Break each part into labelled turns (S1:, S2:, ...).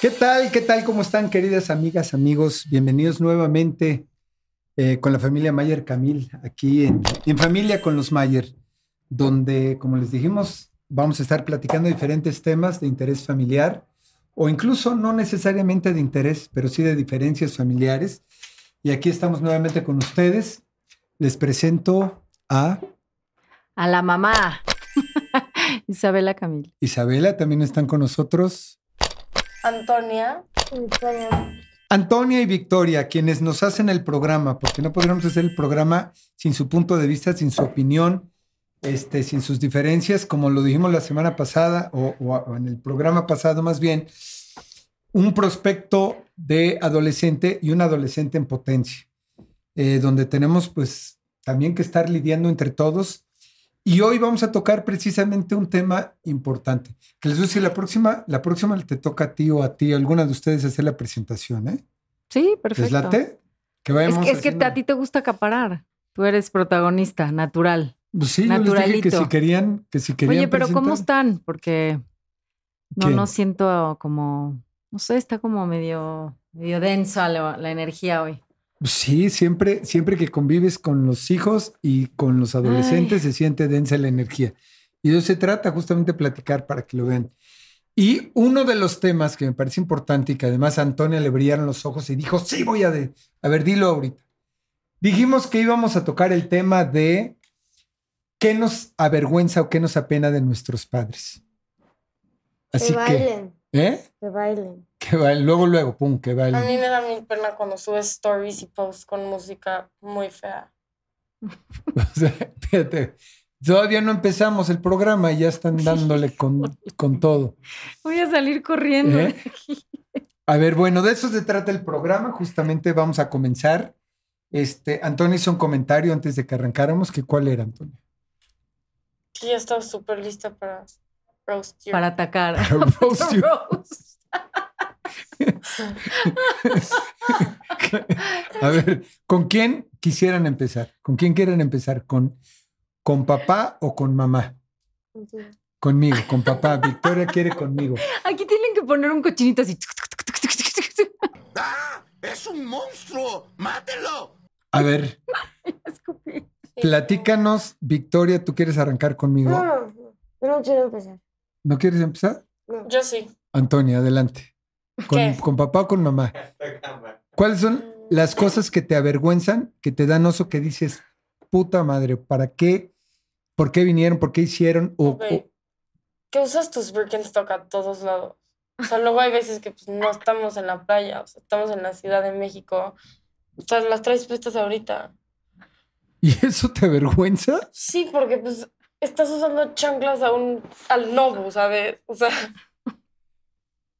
S1: ¿Qué tal? ¿Qué tal? ¿Cómo están, queridas amigas, amigos? Bienvenidos nuevamente eh, con la familia Mayer Camil, aquí en, en Familia con los Mayer, donde, como les dijimos, vamos a estar platicando diferentes temas de interés familiar o incluso no necesariamente de interés, pero sí de diferencias familiares. Y aquí estamos nuevamente con ustedes. Les presento a
S2: A la mamá. Isabela Camil.
S1: Isabela, también están con nosotros.
S3: Antonia.
S1: Antonia y Victoria, quienes nos hacen el programa, porque no podríamos hacer el programa sin su punto de vista, sin su opinión, este, sin sus diferencias, como lo dijimos la semana pasada o, o- o en el programa pasado más bien, un prospecto de adolescente y un adolescente en potencia, eh, donde tenemos pues también que estar lidiando entre todos. Y hoy vamos a tocar precisamente un tema importante. Que les voy a decir, la próxima, la próxima te toca a ti o a ti, alguna de ustedes hacer la presentación, ¿eh?
S2: Sí,
S1: ¿Les
S2: perfecto.
S1: late? Que
S2: Es
S1: vayamos
S2: que, es que
S1: haciendo-
S2: a ti te gusta acaparar. Tú eres protagonista, natural.
S1: Pues sí, yo les dije que
S2: naturalito.
S1: si querían, que si querían
S2: Oye, pero ¿cómo
S1: presentar.
S2: están? Porque no,
S1: ¿Quién?
S2: no siento como, no sé, está como medio, medio densa la, la energía hoy.
S1: Pues Sí, siempre, siempre que convives con los hijos y con los adolescentes se siente densa la energía. Y de eso se trata, justamente platicar para que lo vean. Y uno de los temas que me parece importante y que además a Antonia le brillaron los ojos y dijo, sí, voy a... De... A ver, dilo ahorita. Dijimos que íbamos a tocar el tema de qué nos avergüenza o qué nos apena de nuestros padres. Así
S4: que
S1: que,
S4: bailen,
S1: ¿eh?
S4: que bailen.
S1: Que va, luego, luego, pum, que va
S3: A mí me da mil pena cuando subes stories y posts con música muy fea.
S1: O sea, fíjate, todavía no empezamos el programa y ya están dándole con, con todo.
S2: Voy a salir corriendo.
S1: ¿Eh? A ver, bueno, de eso se trata el programa. Justamente vamos a comenzar. Este, Antonio hizo un comentario antes de que arrancáramos, que cuál era, Antonio.
S3: Sí, ya estaba súper lista para roast you.
S2: Para atacar.
S1: Roast you.
S2: Roast.
S1: A ver, ¿con quién quisieran empezar? ¿Con quién quieren empezar? ¿Con, con papá o con mamá? Conmigo, con papá. Victoria quiere conmigo.
S2: Aquí tienen que poner un cochinito así.
S5: ¡Ah! ¡Es un monstruo! ¡Mátelo!
S1: A ver,
S2: Escupí.
S3: Sí.
S1: platícanos, Victoria, ¿tú quieres arrancar conmigo?
S4: No, no, no, yo no quiero empezar.
S1: ¿No quieres empezar?
S4: No.
S3: Yo sí.
S1: Antonia, adelante. ¿Con,
S3: ¿Qué? Mm.
S1: con papá o con mamá? ¿Cuáles son las cosas que te avergüenzan, que te dan oso, que dices, puta madre, ¿para qué? ¿Por qué vinieron? ¿Por qué hicieron? O,
S3: Ok.
S1: o-
S3: Que usas tus Birkenstock a todos lados. O sea, luego hay veces que pues, no estamos en la playa, o sea, estamos en la Ciudad de México. O sea, las traes puestas ahorita.
S1: ¿Y eso te avergüenza?
S3: Sí, porque pues estás usando chanclas a un, al novo, ¿sabes? O sea,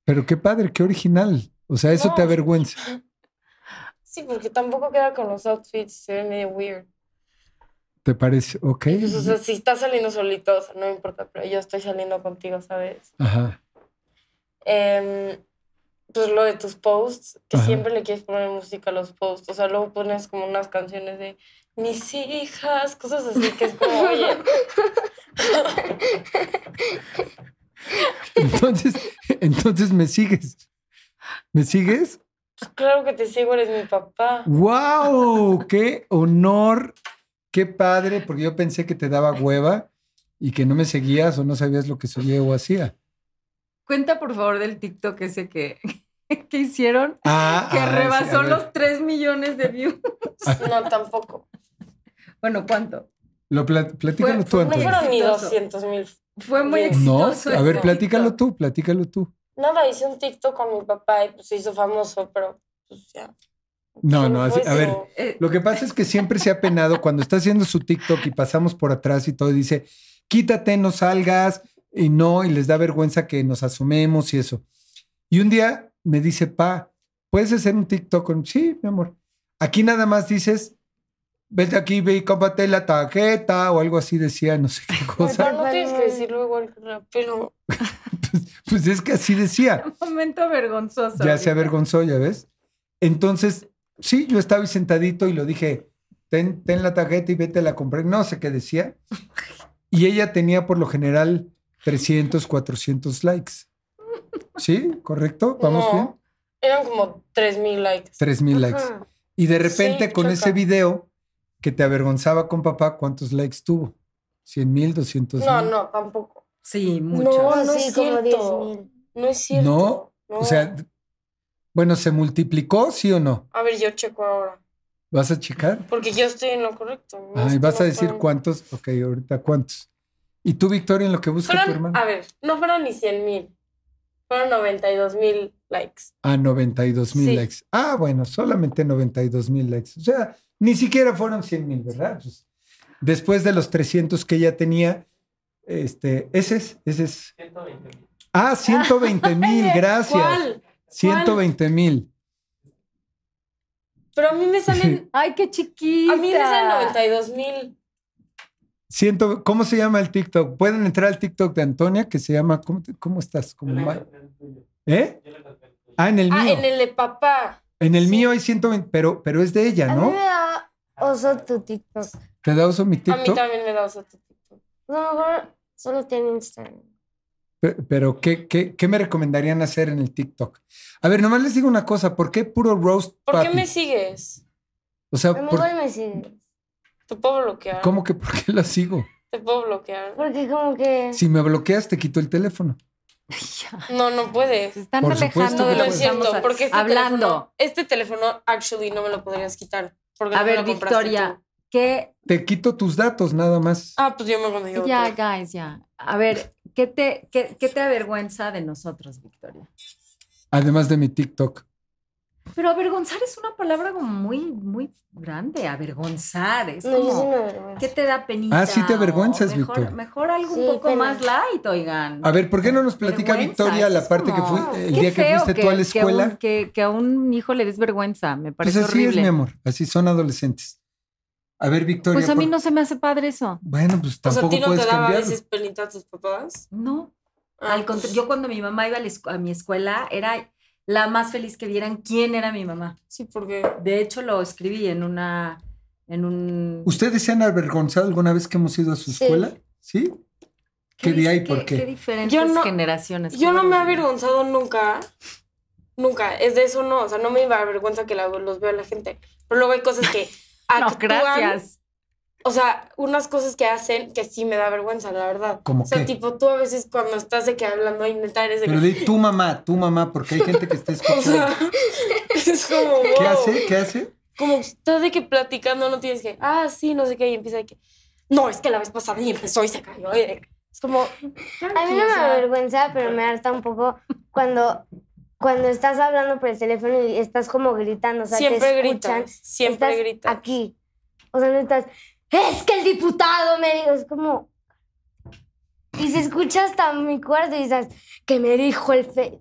S1: Pero qué padre, qué original. O sea, eso
S3: No.
S1: te avergüenza.
S3: sí, porque tampoco queda con los outfits, se ve medio weird.
S1: ¿Te parece? Ok.
S3: Pues, o sea, si estás saliendo solito, o sea, no me importa, pero yo estoy saliendo contigo, ¿sabes?
S1: Ajá.
S3: Em, pues lo de tus posts, que
S1: Ajá.
S3: siempre le quieres poner música a los posts, o sea, luego pones como unas canciones de mis hijas, cosas así, que es como, oye,
S1: Entonces, entonces me sigues. ¿Me sigues?
S3: pues, claro que te sigo, eres mi papá.
S1: ¡Wow! ¡Qué honor! ¡Qué padre! Porque yo pensé que te daba hueva y que no me seguías o no sabías lo que subía o hacía.
S2: Cuenta por favor del TikTok ese que, que hicieron,
S1: Ah,
S2: que
S1: ah, sí, a
S2: rebasó
S1: ver,
S2: los 3 millones de views.
S3: No, tampoco.
S2: Bueno, ¿cuánto?
S1: Lo pla- platícalo
S2: Fue-
S1: tú,
S2: fue
S3: No
S2: Entonces-
S1: Antonio.
S3: fueron ni
S2: Exitoso.
S3: 200 mil.
S2: Fue muy
S3: No,
S1: No,
S2: exitoso.
S1: a ver,
S2: ese
S1: platícalo
S2: TikTok.
S1: tú, platícalo tú.
S3: Nada, hice un TikTok con mi papá y pues se hizo famoso, pero pues ya.
S1: No,
S3: Solo
S1: no, así-
S3: fue
S1: a ver,
S3: eso.
S2: Eh,
S1: lo que pasa es que siempre se ha penado cuando está haciendo su TikTok y pasamos por atrás y todo y dice, quítate, no salgas y no, y les da vergüenza que nos asomemos y eso. Y un día me dice, pa, ¿puedes hacer un TikTok? con-?" Sí, mi amor. Aquí nada más dices, vete aquí, ve y cómpate la tarjeta o algo así decía, no sé qué cosa.
S3: Pero no tienes que decirlo igual que rapero.
S1: Pues es que así decía.
S2: un momento vergonzoso.
S1: Ya se
S2: ahorita.
S1: avergonzó, ya ves. Entonces, sí, yo estaba ahí sentadito y lo dije, ten, ten la tarjeta y vete a la comprar. No sé qué decía. Y ella tenía por lo general 300, 400 likes. ¿Sí? ¿Correcto? ¿Vamos
S3: No.
S1: bien?
S3: Eran como 3000 likes.
S1: 3000 likes.
S4: Ajá.
S1: Y de repente
S3: Sí,
S1: con
S3: choca.
S1: ese video que te avergonzaba con papá, ¿cuántos likes tuvo? ¿100 mil? ¿200
S3: No,
S1: mil?
S3: no, tampoco.
S2: Sí,
S3: No,
S2: mucho.
S4: No,
S3: no
S4: sí,
S3: es
S4: como
S3: cierto.
S4: 10 mil.
S3: No es cierto.
S1: No,
S3: no.
S1: O sea, bueno, ¿se multiplicó, sí o no?
S3: A ver, yo checo ahora.
S1: ¿Vas a checar?
S3: Porque yo estoy en lo correcto. no
S1: Ah, y
S3: estoy
S1: vas a
S3: en-
S1: decir cuántos. Ok, ahorita cuántos. ¿Y tú, Victoria, en lo que busca tu
S3: Fueron,
S1: hermano?
S3: a ver, no fueron ni 100 mil. Fueron 92 mil likes.
S1: A 92 mil
S3: Sí.
S1: likes. Ah, bueno, solamente 92 mil likes. O sea, ni siquiera fueron 100 mil, ¿verdad? Pues, después de los 300 que ella tenía, este, ese es, ese es. Ah, 120 mil, gracias.
S3: ¿Cuál?
S1: 120 mil.
S3: Pero a mí me salen.
S2: Ay, qué chiquita.
S3: A mí me salen 92 mil.
S1: Ciento- ¿Cómo se llama el TikTok? Pueden entrar al TikTok de Antonia que se llama ¿Cómo, te- cómo estás? Como Ma- ¿Eh? Ah, en el mío.
S3: Ah, en
S1: en el,
S3: el de papá. sí.
S1: mío hay 120, pero, pero es de ella,
S4: A mí
S1: ¿no?
S4: me da oso tu TikTok.
S1: ¿Te da uso mi
S3: A mí
S1: TikTok?
S3: también me da oso tu TikTok.
S4: A lo mejor solo tiene Instagram.
S1: Pe- Pero, ¿qué, qué, qué me recomendarían hacer en el TikTok? A ver, nomás les digo una cosa. ¿Por qué puro roast
S3: ¿Por
S1: papi?
S3: qué me sigues?
S1: O sea,
S4: A lo
S1: por-
S4: mejor me sigue.
S3: Te puedo bloquear.
S1: ¿cómo que por qué lo sigo?
S3: Te puedo bloquear.
S4: Porque como que...
S1: Si me bloqueas, te quito el teléfono.
S3: No, no puedes.
S2: Se están
S1: Por supuesto
S2: alejando
S1: que
S2: de
S3: No
S2: lo
S1: no.
S2: que
S3: es cierto,
S2: estamos a-
S3: porque este teléfono,
S2: hablando.
S3: este teléfono actually no me lo podrías quitar. Porque
S2: A
S3: no me
S2: ver,
S3: lo compraste
S2: Victoria,
S3: tú.
S2: ¿qué?
S1: Te quito tus datos nada más.
S3: Ah, pues yo me conmigo.
S2: Ya, guys, ya. A ver, ¿qué te, qué, qué te avergüenza de nosotros, Victoria?
S1: Además de mi TikTok.
S2: Pero avergonzar es una palabra como muy, muy grande. Avergonzar. Es
S4: No, yo sí
S2: como,
S4: me avergüenza.
S2: ¿qué te da penita?
S1: Ah, sí te avergüenzas,
S2: O mejor,
S1: Victoria.
S2: Mejor algo
S4: Sí,
S2: un poco
S4: pena.
S2: más light, oigan.
S1: A ver, ¿por qué no nos platica
S2: Vergüenza,
S1: Victoria
S2: eso
S1: la
S2: es
S1: parte que
S2: como-
S1: fue el
S2: Qué
S1: día que
S2: feo
S1: fuiste tú a la
S2: que a un-
S1: escuela?
S2: Que, que a un hijo le des vergüenza, me
S1: pues
S2: parece
S1: así
S2: horrible.
S1: es, mi amor. Así son adolescentes. A ver, Victoria.
S2: Pues a mí
S1: por-
S2: no se me hace padre eso.
S1: Bueno, pues
S3: O sea,
S1: tampoco
S3: ¿a ti no te
S1: puedes
S3: daba a
S1: cambiarlo.
S3: veces penita a tus papás?
S2: No.
S3: Ah,
S2: Al
S3: pues,
S2: contrario, yo cuando mi mamá iba a, la escu- a mi escuela era la más feliz que vieran quién era mi mamá.
S3: Sí, porque.
S2: De hecho, lo escribí en una. En un,
S1: ¿Ustedes se han avergonzado alguna vez que hemos ido a su
S4: Sí.
S1: escuela? ¿Sí? ¿Qué día y
S2: dis-
S1: por qué?
S2: diferentes
S3: Yo no-
S2: generaciones.
S3: Yo no me he
S2: avergüenzo.
S3: avergonzado nunca. Nunca. Es de eso no. O sea, no me iba a avergüenza que la- los veo a la gente. Pero luego hay cosas que actúan.
S2: No, gracias.
S3: O sea, unas cosas que hacen que sí me da vergüenza, la verdad.
S1: ¿Cómo
S3: o sea,
S1: qué?
S3: tipo, tú a veces cuando estás de que hablando y neta eres de
S1: Pero
S3: que.
S1: di tu mamá, tu mamá, porque hay gente que está
S3: O sea,
S1: escuchando.
S3: es como.
S1: ¿Qué
S3: wow.
S1: hace? ¿Qué hace?
S3: Como estás de que platicando no tienes que. Ah, sí, no sé qué. Y empieza de que. No, es que la vez pasada y empezó y se cayó. eh. Es como.
S4: A mí no
S3: o
S4: me
S3: sea,
S4: avergüenza, pero me harta un poco cuando, cuando estás hablando por el teléfono y estás como gritando. O sea,
S3: siempre
S4: te
S3: gritas.
S4: escuchan.
S3: Siempre
S4: estás
S3: gritas.
S4: Aquí. O sea, no estás. Es que el diputado me dijo. Es como. Y se escucha hasta mi cuarto y dices, que me dijo el fe.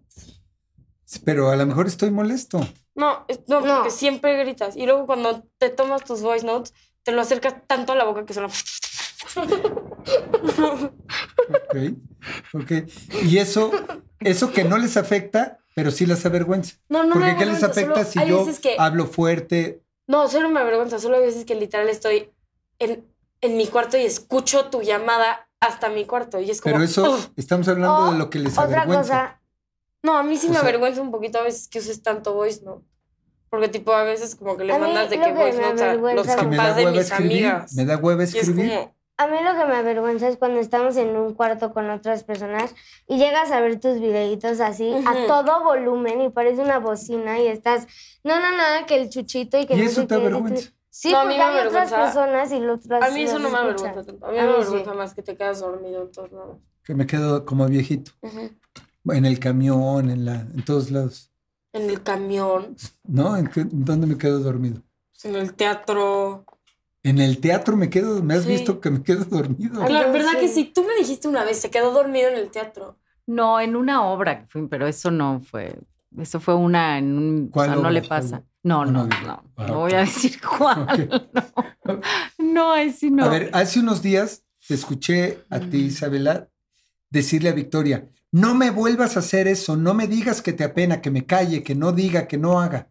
S1: Pero a lo mejor estoy molesto.
S3: No, es- no,
S4: No.
S3: porque siempre gritas. Y luego cuando te tomas tus voice notes, te lo acercas tanto a la boca que suena.
S1: Ok. ok. Y eso, eso que no les afecta, pero sí las avergüenza.
S3: No, no,
S1: porque
S3: me
S1: ¿qué les
S3: avergüenza,
S1: afecta
S3: solo
S1: si
S3: hay
S1: yo
S3: veces que-
S1: hablo fuerte?
S3: No, solo me avergüenza. Solo hay veces que literal estoy en, en mi cuarto y escucho tu llamada hasta mi cuarto. Y es como. Oh,
S1: Pero eso,
S3: "Ugh".
S1: estamos hablando
S4: O
S1: de lo que les
S4: Otra
S1: avergüenza.
S4: cosa.
S3: No, a mí sí
S1: O
S3: me
S1: sea-
S3: avergüenza un poquito a veces que uses tanto voice note. Porque, tipo, a veces como que
S4: A
S3: le
S4: mí
S3: mandas de
S4: lo
S3: que
S4: que
S3: voice
S4: me
S3: notes a los
S4: avergüenza
S1: que me da
S3: papás de
S1: hueva
S3: mis
S1: escribir.
S3: amigas.
S1: Me da hueva
S3: Y es
S1: escribir.
S3: como.
S4: A mí lo que me avergüenza es cuando estamos en un cuarto con otras personas y llegas a ver tus videitos así
S3: Ujú.
S4: a todo volumen y parece una bocina y estás, no, no, nada, que el chuchito y que
S1: Y
S4: no
S1: eso
S4: sé
S1: te
S4: qué".
S1: avergüenza.
S4: Sí,
S3: No, a mí
S4: porque
S3: me
S4: hay otras
S3: avergüenza.
S4: personas y los otros
S3: A mí eso
S4: los
S3: no me
S4: escuchan.
S3: avergüenza tanto. A mí
S4: A
S3: me
S4: mí sí.
S3: avergüenza más que te quedas dormido en todos lados.
S1: Que me quedo como viejito.
S3: Ujú.
S1: En el camión, en, la, en todos lados.
S3: En el camión,
S1: ¿No? ¿En qué- ¿Dónde me quedo dormido?
S3: en el teatro.
S1: En el teatro me quedo, me has
S3: Sí.
S1: visto que me quedo dormido.
S4: Ay,
S3: Claro,
S4: no,
S3: ¿verdad que
S4: sí.
S3: sí? Tú me dijiste una vez, se quedó dormido en el teatro.
S2: No, en una obra, que fui, pero eso no fue. Eso fue una en un.
S1: ¿Cuál
S2: o sea, no
S1: obra?
S2: le pasa.
S1: ¿Cuál?
S2: No, no,
S1: Una-
S2: no.
S1: Ah,
S2: No
S1: ok.
S2: voy a decir cuál. No, no ahí sí no.
S1: A ver, hace unos días te escuché a ti, Isabela, decirle a Victoria, no me vuelvas a hacer eso, no me digas que te apena, que me calle, que no diga, que no haga.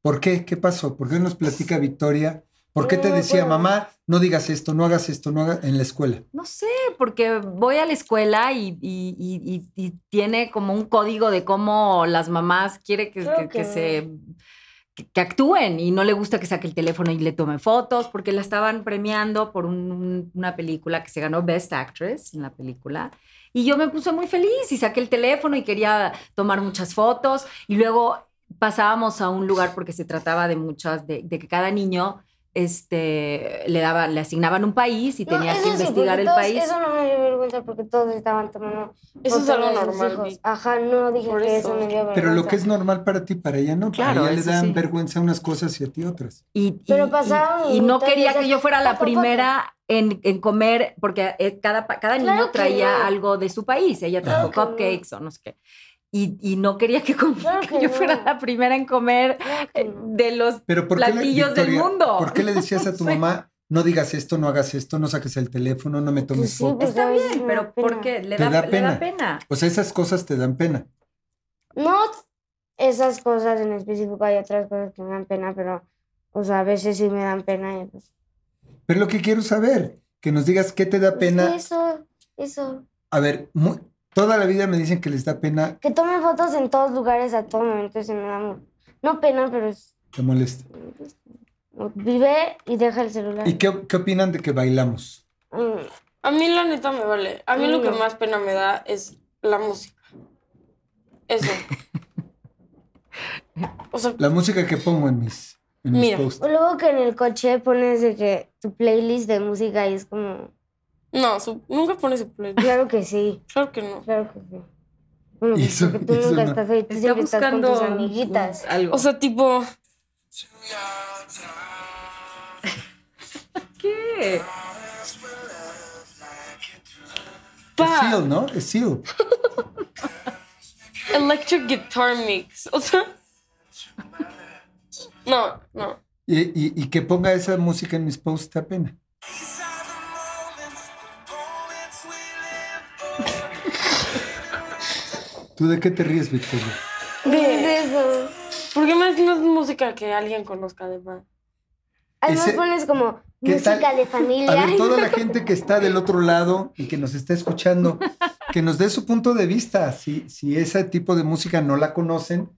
S1: ¿Por qué? ¿Qué pasó? ¿Por qué nos platica Victoria ¿Por qué te
S4: No me
S1: decía,
S4: acuerdo.
S1: mamá, no digas esto, no hagas esto, no hagas en la escuela?
S2: No sé, porque voy a la escuela y, y- y- y- y tiene como un código de cómo las mamás quiere que,
S4: Creo
S2: que- que
S4: que-
S2: se que, que actúen y no le gusta que saque el teléfono y le tome fotos porque la estaban premiando por un- un- una película que se ganó Best Actress en la película. Y yo me puse muy feliz y saqué el teléfono y quería tomar muchas fotos y luego pasábamos a un lugar porque se trataba de muchas, de, de que cada niño este, le, daba, le asignaban un país y
S4: No,
S2: tenía
S4: eso
S2: que
S4: sí,
S2: investigar
S4: porque
S2: el
S4: todos-
S2: país.
S4: Eso no me dio vergüenza porque todos estaban tomando.
S3: Eso es
S4: fotos
S3: algo
S4: de sus
S3: normal,
S4: hijos.
S3: Vic.
S4: Ajá, no dije
S3: Por
S4: que
S3: eso.
S4: eso me dio vergüenza.
S1: Pero lo que es normal para ti, para ella no. para
S2: Claro,
S1: ella le
S2: eso
S1: dan
S2: sí.
S1: vergüenza unas cosas y a ti otras.
S2: Y, y-
S4: Pero
S2: y-
S4: pasaron
S2: y
S4: y
S2: no
S4: tal, y
S2: quería
S4: decían,
S2: que yo fuera la
S4: "Foto, foto".
S2: primera en, en comer, porque eh, cada, pa- cada
S4: Claro
S2: niño
S4: que
S2: traía
S4: no.
S2: algo de su país. Ella trajo
S4: Claro que no.
S2: cupcakes o no sé qué. Y, y no quería que, com-
S4: Claro
S2: que
S4: que
S2: yo
S4: no.
S2: fuera la primera en comer
S4: Claro que
S2: eh,
S4: no.
S2: de los...
S1: Pero ¿por qué, le,
S2: Platillos del
S1: Victoria,
S2: mundo.
S1: ¿por qué le decías a tu
S2: Sí.
S1: mamá, no digas esto, no hagas esto, no saques el teléfono, no me
S4: Pues
S1: tomes
S4: sí,
S1: fotos?
S4: pues,
S2: Está
S4: a veces
S2: bien,
S4: me da
S2: pero
S4: pena.
S2: porque le
S1: Te
S2: da,
S1: da
S2: le da pena.
S1: O sea, esas cosas te dan pena.
S4: No esas cosas en específico, hay otras cosas que me dan pena, pero, o sea, a veces sí me dan pena. Y pues,
S1: Pero lo que quiero saber, que nos digas qué te da
S4: pues,
S1: pena.
S4: Eso, eso.
S1: A ver, mu- toda la vida me dicen que les da pena,
S4: Que tomen fotos en todos lugares a todo momento, se me da. mu- No pena, pero es-
S1: te molesta.
S4: vive y deja el celular.
S1: ¿Y qué, qué opinan de que bailamos?
S4: Mm,
S3: A mí la neta me vale. A mí lo que
S4: Mm.
S3: más pena me da es la música. Eso. O sea,
S1: La música que pongo en mis, en mis
S3: Mira,
S1: posts.
S4: O luego que en el coche pones de que tu playlist de música y es como,
S3: no, su- nunca pone su playlist.
S4: claro que sí,
S3: Claro que no.
S4: claro que sí. Bueno,
S1: Y
S4: pues,
S1: eso-
S4: porque tú
S1: eso
S4: nunca
S1: no.
S4: estás ahí, tú
S2: Está
S4: siempre Pues estás con
S2: buscando
S4: tus amiguitas.
S2: algo.
S3: O sea, tipo,
S2: ¿qué?
S1: Es
S3: pa,
S1: Seal, ¿no? Es Seal.
S3: electric guitar mix. O sea, no, no.
S1: Y, y- y que ponga esa música en mis posts te da pena. ¿Tú de qué te ríes, Victoria?
S4: ¿Qué es eso?
S3: ¿Por qué más no es música que alguien conozca además?
S4: Además
S1: Ese-
S4: pones como
S1: ¿Qué
S4: música
S1: tal?
S4: de familia.
S1: A ver, toda la gente que está del otro lado y que nos está escuchando, que nos dé su punto de vista. Si, si ese tipo de música no la conocen,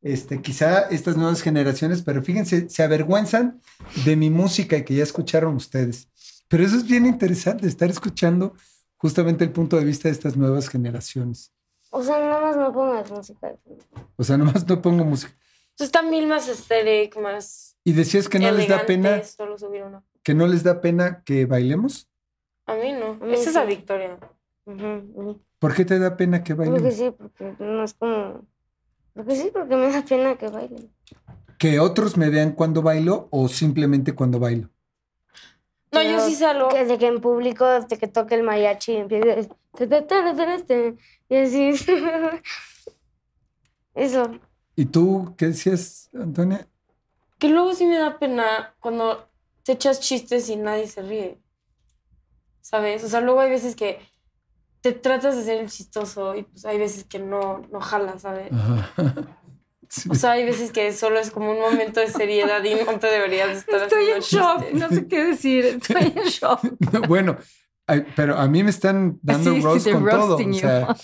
S1: este, quizá estas nuevas generaciones, pero fíjense, se avergüenzan de mi música y que ya escucharon ustedes. Pero eso es bien interesante, estar escuchando justamente el punto de vista de estas nuevas generaciones.
S4: O sea, nada más no pongas música de familia.
S1: O sea, nomás no pongo música.
S3: Entonces está mil más aesthetic, más
S1: Y decías que no les da pena,
S3: elegante, Solo subir una.
S1: que no les da pena que bailemos.
S3: A mí no.
S4: mí
S3: Esa es la
S4: sí.
S3: victoria.
S4: Ujú, sí.
S1: ¿Por qué te da pena que
S4: Creo que
S1: bailemos?
S4: sí, porque no es como... Porque sí, porque me da pena que bailen.
S1: Que otros me vean cuando bailo o simplemente cuando bailo.
S3: No, yo
S4: Pero
S3: sí salgo.
S4: Que de que en público, de que toque el mariachi y empiece... este, ta, ta, ta, ta, ta, ta, Y así... Eso.
S1: ¿Y tú qué decías, Antonia?
S3: Que luego sí me da pena cuando te echas chistes y nadie se ríe. ¿Sabes? O sea, luego hay veces que te tratas de ser el chistoso y pues hay veces que no, no jala, ¿sabes?
S1: Ajá. Sí.
S3: O sea, hay veces que solo es como un momento de seriedad y no te deberías de estar
S2: Estoy
S3: haciendo
S2: en shock,
S3: chistes.
S2: no sé qué decir. Estoy en shock.
S1: bueno, ay, pero a mí me están dando
S2: Sí, sí,
S1: roast
S2: te
S1: con todo.
S2: roasting
S1: o sea,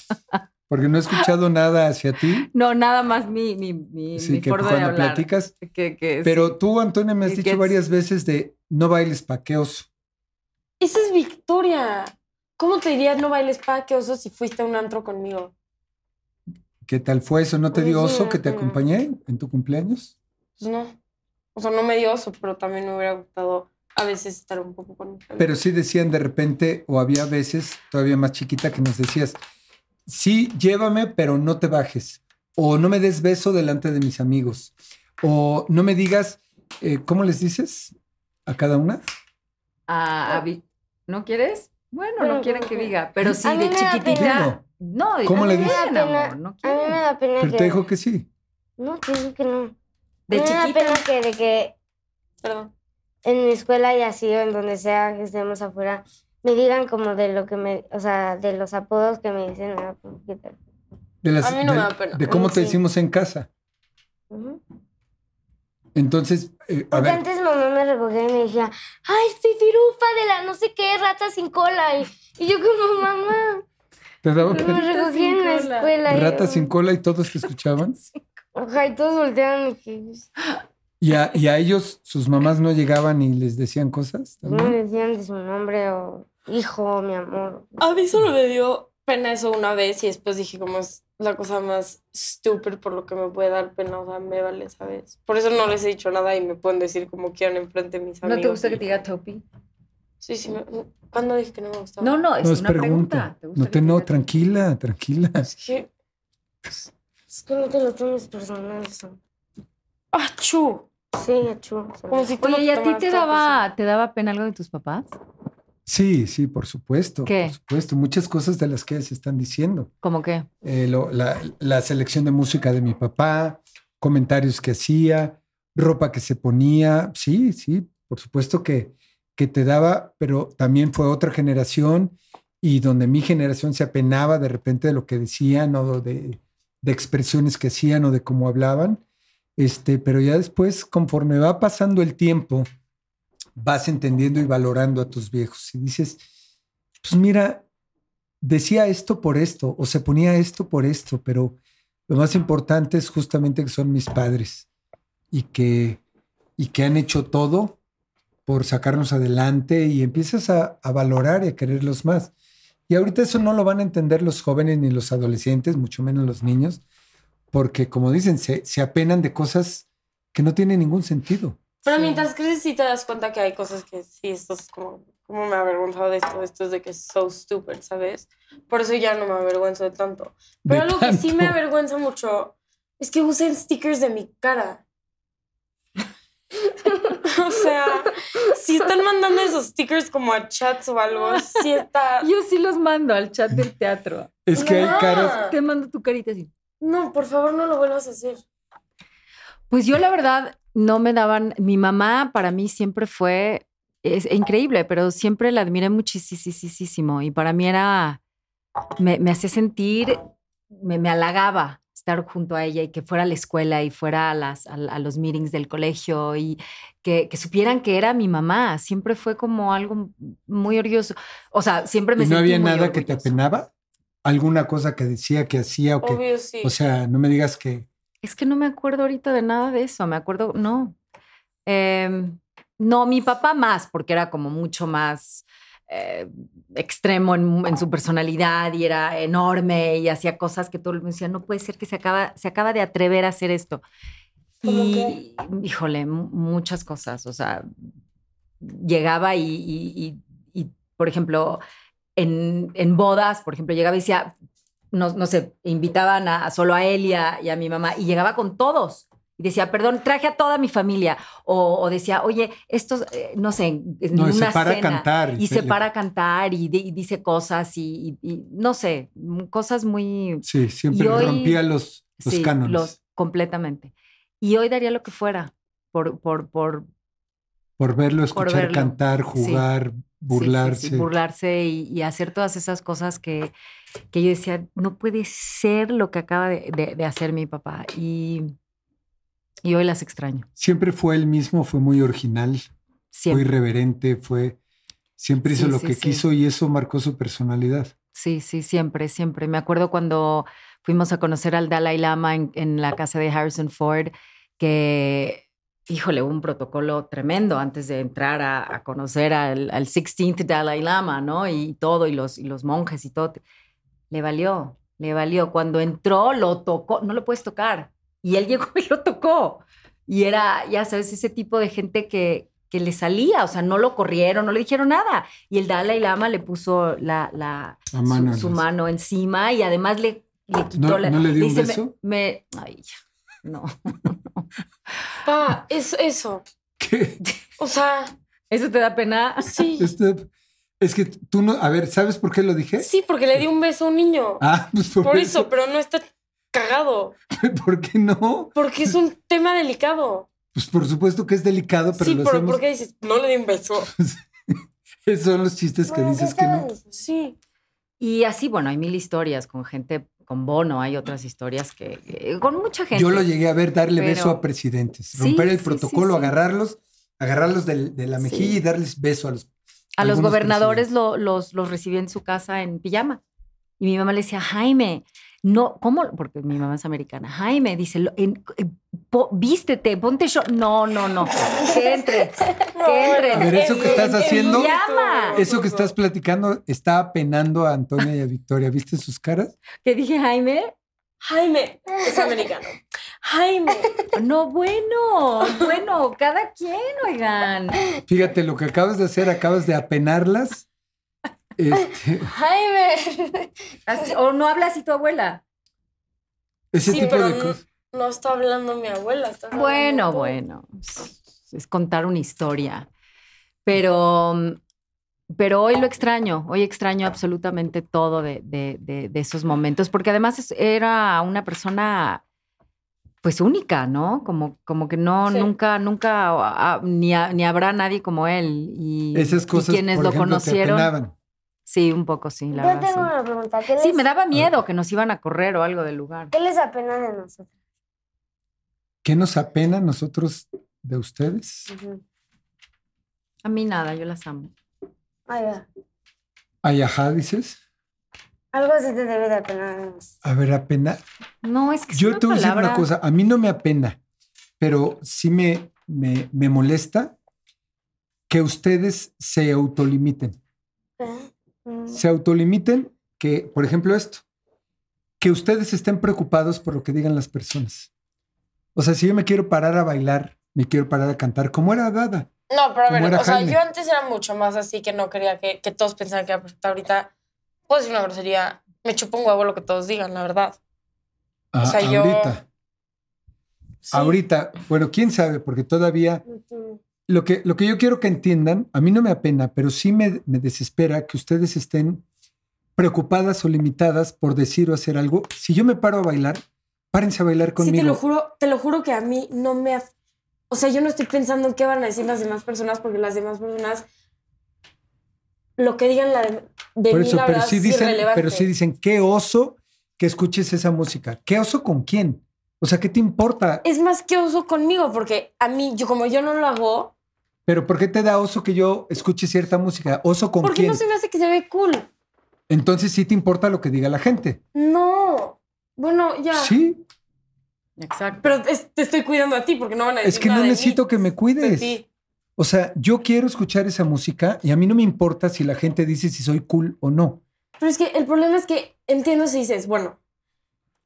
S1: porque no he escuchado nada hacia ti.
S2: No, nada más mi, mi, mi,
S1: Sí,
S2: mi
S1: que
S2: forma de
S1: cuando
S2: hablar.
S1: platicas.
S2: Que, que
S1: Pero tú, Antonia, me has
S2: Y
S1: dicho
S2: que es-
S1: varias veces de no bailes paqueoso.
S3: Esa es Victoria. ¿Cómo te diría no bailes pa' que oso si fuiste a un antro conmigo?
S1: ¿Qué tal fue eso? ¿No te dio
S4: Oye,
S1: oso que te
S4: ajá.
S1: acompañé en tu cumpleaños?
S3: Pues no. O sea, no me dio oso, pero también me hubiera gustado a veces estar un poco con mi familia.
S1: Pero sí decían de repente, o había veces todavía más chiquita que nos decías, sí, llévame, pero no te bajes. O no me des beso delante de mis amigos. O no me digas, eh, ¿cómo les dices a cada una?
S2: a, a Vic- ¿No quieres? Bueno, no
S4: Bueno,
S2: quieren
S4: bueno,
S2: que
S4: bueno.
S2: diga, pero sí
S4: A mí
S2: de
S4: me da
S2: chiquitita.
S1: pena.
S2: No,
S1: ¿Cómo
S2: a
S1: le
S2: mí me da
S4: dices?
S2: pena,
S4: A
S2: amor, no
S4: A mí
S2: quieren.
S4: me da pena
S1: Pero
S4: que...
S1: te dijo que sí.
S4: No, te digo que no.
S2: De
S4: me da
S2: chiquita.
S4: pena que de que
S3: Perdón.
S4: en mi escuela y así, o en donde sea que estemos afuera, me digan como de lo que me, o sea, de los apodos que me dicen. ah, pues, ¿qué tal?
S1: De las-
S3: A mí no me
S1: de-
S3: da pena.
S1: de cómo
S4: mí
S1: te
S4: sí.
S1: decimos en casa.
S4: Ujú.
S1: Entonces, eh, a
S4: Porque
S1: ver,
S4: antes mamá me recogía y me decía, ay, fifirufa de la no sé qué, rata sin cola. Y, y yo como, mamá,
S1: te daba
S4: me
S3: mm,
S1: pena.
S4: recogía en la
S3: sin cola.
S4: escuela. y
S1: rata
S4: yo-
S1: sin cola y todos te escuchaban.
S4: Ajá, y todos volteaban y que- pues,
S1: Y a, y a ellos, sus mamás no llegaban y les decían cosas.
S4: no
S1: también?
S4: me decían de su nombre o hijo, mi amor.
S3: A mí solo me dio pena eso una vez y después dije como es la cosa más estúpida por lo que me puede dar pena, o sea, me vale, ¿sabes? Por eso no les he dicho nada y me pueden decir como quieran enfrente de mis
S2: ¿No
S3: amigos.
S2: te gusta que te diga Topi?
S3: Sí, sí, me... ¿cuándo dije que no me gustaba?
S2: No, no, es
S1: No, es
S2: una
S1: pregunta.
S2: pregunta.
S1: No, te, no, tranquila, tranquila.
S3: Es que...
S4: Es que no te lo tomes personal. eso.
S2: Ah,
S3: ¡Achú!
S4: Sí, achú.
S3: Como si tú no
S2: Oye, ¿y a ti
S3: tomaras
S2: te
S3: todo
S2: daba, te daba pena algo de tus papás?
S1: Sí, sí, por supuesto.
S2: ¿Qué?
S1: Por supuesto. Muchas cosas de las que se están diciendo.
S2: ¿Cómo qué?
S1: Eh, lo- la, la selección de música de mi papá, comentarios que hacía, ropa que se ponía. Sí, sí, por supuesto que, que te daba, pero también fue otra generación y donde mi generación se apenaba de repente de lo que decían o de, de expresiones que hacían o de cómo hablaban. Este, pero ya después, conforme va pasando el tiempo, vas entendiendo y valorando a tus viejos y dices, pues mira, decía esto por esto o se ponía esto por esto, pero lo más importante es justamente que son mis padres y que, y que han hecho todo por sacarnos adelante y empiezas a, a valorar y a quererlos más. Y ahorita eso no lo van a entender los jóvenes ni los adolescentes, mucho menos los niños, porque como dicen, se, se apenan de cosas que no tienen ningún sentido.
S3: Pero
S2: Sí.
S3: mientras creces sí te das cuenta que hay cosas que sí, esto es como, como me avergonzaba de esto, esto es de que es so stupid, ¿sabes? Por eso ya no me avergüenzo de tanto.
S1: de
S3: Pero algo que sí me
S1: tanto.
S3: avergüenza mucho es que usen stickers de mi cara. o sea, si están mandando esos stickers como a chats o algo, sí está...
S2: Yo sí los mando al chat del teatro.
S1: Es que
S3: Ah.
S1: hay caras
S2: Te mando tu carita así.
S3: No, por favor, no lo vuelvas a hacer.
S2: Pues yo la verdad no me daban, mi mamá para mí siempre fue, es increíble, pero siempre la admiré muchísimo y para mí era, me, me hacía sentir, me, me halagaba estar junto a ella y que fuera a la escuela y fuera a, las, a, a los meetings del colegio y que, que supieran que era mi mamá, siempre fue como algo muy orgulloso, o sea, siempre me
S1: ¿Y no
S2: sentí
S1: había
S2: muy
S1: nada que te
S2: orgullosa.
S1: apenaba? ¿Alguna cosa que decía, que hacía o que...
S3: Obvio, sí.
S1: O sea, no me digas que...
S2: Es que no me acuerdo ahorita de nada de eso. Me acuerdo, no. Eh, no, mi papá más, porque era como mucho más eh, extremo en, en su personalidad y era enorme y hacía cosas que todo el mundo decía, no puede ser que se acaba, se acaba de atrever a hacer esto.
S4: ¿Cómo
S2: Y, híjole, mu- muchas cosas. O sea, llegaba y, y- y- y, por ejemplo, en, en bodas, por ejemplo, llegaba y decía, no, no sé, invitaban a, a solo a él y a, y a mi mamá, y llegaba con todos. Y decía, perdón, traje a toda mi familia. O, o decía, oye, estos, eh, no sé, en en
S1: No, y
S2: una
S1: se para a
S2: cena.
S1: cantar.
S2: Y se
S1: le-
S2: para a cantar y, di- y dice cosas y, y- y no sé, m- cosas muy...
S1: Sí, siempre
S2: Y hoy-
S1: rompía los, los
S2: sí,
S1: cánones.
S2: los- completamente. Y hoy daría lo que fuera por, por, por,
S1: Por verlo, escuchar,
S2: verlo.
S1: cantar, jugar, burlarse.
S2: Sí, sí, sí, burlarse y, y hacer todas esas cosas que, que yo decía, no puede ser lo que acaba de, de- de hacer mi papá. Y, y hoy las extraño.
S1: Siempre fue él mismo, fue muy original, fue
S2: Siempre.
S1: irreverente, fue... Siempre hizo
S2: Sí,
S1: lo
S2: sí,
S1: que
S2: sí.
S1: quiso y eso marcó su personalidad.
S2: Sí, sí, siempre, siempre. Me acuerdo cuando fuimos a conocer al Dalai Lama en, en la casa de Harrison Ford, que, híjole, hubo un protocolo tremendo antes de entrar a, a conocer al, al 16th Dalai Lama, ¿no? Y todo, y los, y los monjes y todo. Le valió, le valió. Cuando entró, lo tocó, no lo puedes tocar. Y él llegó y lo tocó. Y era, ya sabes, ese tipo de gente que, que le salía, o sea, no lo corrieron, no le dijeron nada. Y el Dalai Lama le puso la, la,
S1: La mano
S2: su, su
S1: en las-
S2: mano encima y además le, le quitó
S1: ¿No-
S2: la.
S1: no le dio un
S2: dice, me-
S1: beso?
S2: Me, ay, no.
S3: Pa, es eso.
S1: ¿Qué?
S3: O sea,
S2: ¿Eso te da pena?
S3: sí.
S1: Este- es que tú no... A ver, ¿sabes por qué lo dije?
S3: Sí, porque le di un beso a un niño.
S1: Ah, pues por,
S3: Por eso, pero no está cagado.
S1: eso. ¿Por qué no?
S3: Porque es un tema delicado.
S1: Pues por supuesto que es delicado, Ah, pero
S3: sí,
S1: lo
S3: pero
S1: hacemos...
S3: ¿por qué dices? No le di un beso.
S1: Esos son los chistes que
S4: Bueno, ¿qué
S1: dices que
S4: estabas
S1: no.
S4: diciendo?
S3: Sí.
S2: Y así, bueno, hay mil historias con gente con Bono, hay otras historias que, que- con mucha gente.
S1: Yo lo llegué a ver darle
S2: Pero-
S1: beso a presidentes,
S2: Sí,
S1: romper el
S2: sí, sí,
S1: protocolo,
S2: sí.
S1: agarrarlos, agarrarlos del- de la mejilla y darles beso a los.
S2: a los
S1: algunos
S2: gobernadores lo- los, los recibí en su casa en pijama. Y mi mamá le decía, Jaime, no, ¿cómo? Porque mi mamá es americana. Jaime, dice, lo- en- en- po- vístete, ponte yo. No, no, no. Que entre. Que entre.
S1: A ver, eso que estás haciendo-
S3: Ah,
S2: Llama.
S1: Eso que estás platicando está apenando a Antonia y a Victoria. ¿Viste sus caras?
S2: Que dije, Jaime,
S3: Jaime, es americano. Jaime.
S2: no, bueno, bueno, cada quien, oigan.
S1: Fíjate, lo que acabas de hacer, acabas de apenarlas. Este,
S4: Jaime.
S2: Así- o no habla así tu abuela.
S1: ese
S3: Sí,
S1: tipo
S3: pero
S1: de cosas.
S3: No está hablando mi abuela. está hablando
S2: Bueno,
S3: tú.
S2: bueno, es- es contar una historia. Pero, mm, pero hoy lo extraño, hoy extraño absolutamente todo de, de- de- de esos momentos, porque además es- era una persona pues única, ¿no? Como, como que no,
S3: Sí.
S2: nunca, nunca, ah, ni, ha- ni habrá nadie como él. Y,
S1: Esas
S2: y
S1: cosas,
S2: quienes
S1: por
S2: lo
S1: ejemplo, te
S2: conocieron.
S1: apenaban.
S2: Sí, un poco, sí, la
S4: Yo
S2: verdad,
S4: tengo
S2: sí.
S4: una pregunta. ¿Qué les,
S2: Sí, me daba miedo que nos iban a correr o algo del lugar.
S4: ¿qué les apena de nosotros?
S1: ¿Qué nos apena a nosotros de ustedes?
S2: A mí nada, yo las amo.
S4: Ahí va.
S1: Ayajá, dices.
S4: Algo se te debe de apenar de nosotros.
S1: A ver, apenar.
S2: No, es que es
S1: Yo
S2: una
S1: te voy a decir una
S2: palabra-
S1: cosa, a mí no me apena, pero sí me, me, me molesta que ustedes se autolimiten.
S4: ¿Eh? Mm.
S1: Se autolimiten que, por ejemplo, esto, que ustedes estén preocupados por lo que digan las personas. O sea, si yo me quiero parar a bailar, me quiero parar a cantar, como era Dada.
S3: No, pero a
S1: Como
S3: ver,
S1: era
S3: o sea,
S1: Jaime.
S3: yo antes era mucho más así que no quería que, que todos pensaran que era perfecta. Ahorita puedo decir una grosería. Me chupo un huevo lo que todos digan, la verdad.
S1: A-
S3: O sea, yo-
S1: ahorita,
S3: Sí.
S1: ahorita, bueno, quién sabe, porque todavía Lo que, lo que yo quiero que entiendan, a mí no me apena, pero sí me, me desespera que ustedes estén preocupadas o limitadas por decir o hacer algo. Si yo me paro a bailar, párense a bailar conmigo.
S3: Sí, te lo juro, te lo juro que a mí no me... af- O sea, yo no estoy pensando en qué van a decir las demás personas porque las demás personas... Lo que digan la de, de
S1: por
S3: mí,
S1: eso,
S3: la
S1: pero
S3: verdad,
S1: sí
S3: es
S1: dicen,
S3: irrelevante.
S1: pero sí dicen, qué oso que escuches esa música. ¿Qué oso con quién? O sea, ¿qué te importa?
S3: Es más que oso conmigo porque a mí, yo como yo no lo hago,
S1: Pero ¿por qué te da oso que yo escuche cierta música? ¿Oso con
S3: porque
S1: quién?
S3: no se me hace que se ve cool.
S1: Entonces sí te importa lo que diga la gente.
S3: No. Bueno, ya.
S1: Sí,
S2: Exacto.
S3: Pero es- te estoy cuidando a ti porque no van a decir
S1: es que no
S3: nada de mí,
S1: necesito que me
S3: de
S1: cuides.
S3: ti.
S1: O sea, yo quiero escuchar esa música y a mí no me importa si la gente dice si soy cool o no.
S3: Pero es que el problema es que entiendo si dices, bueno,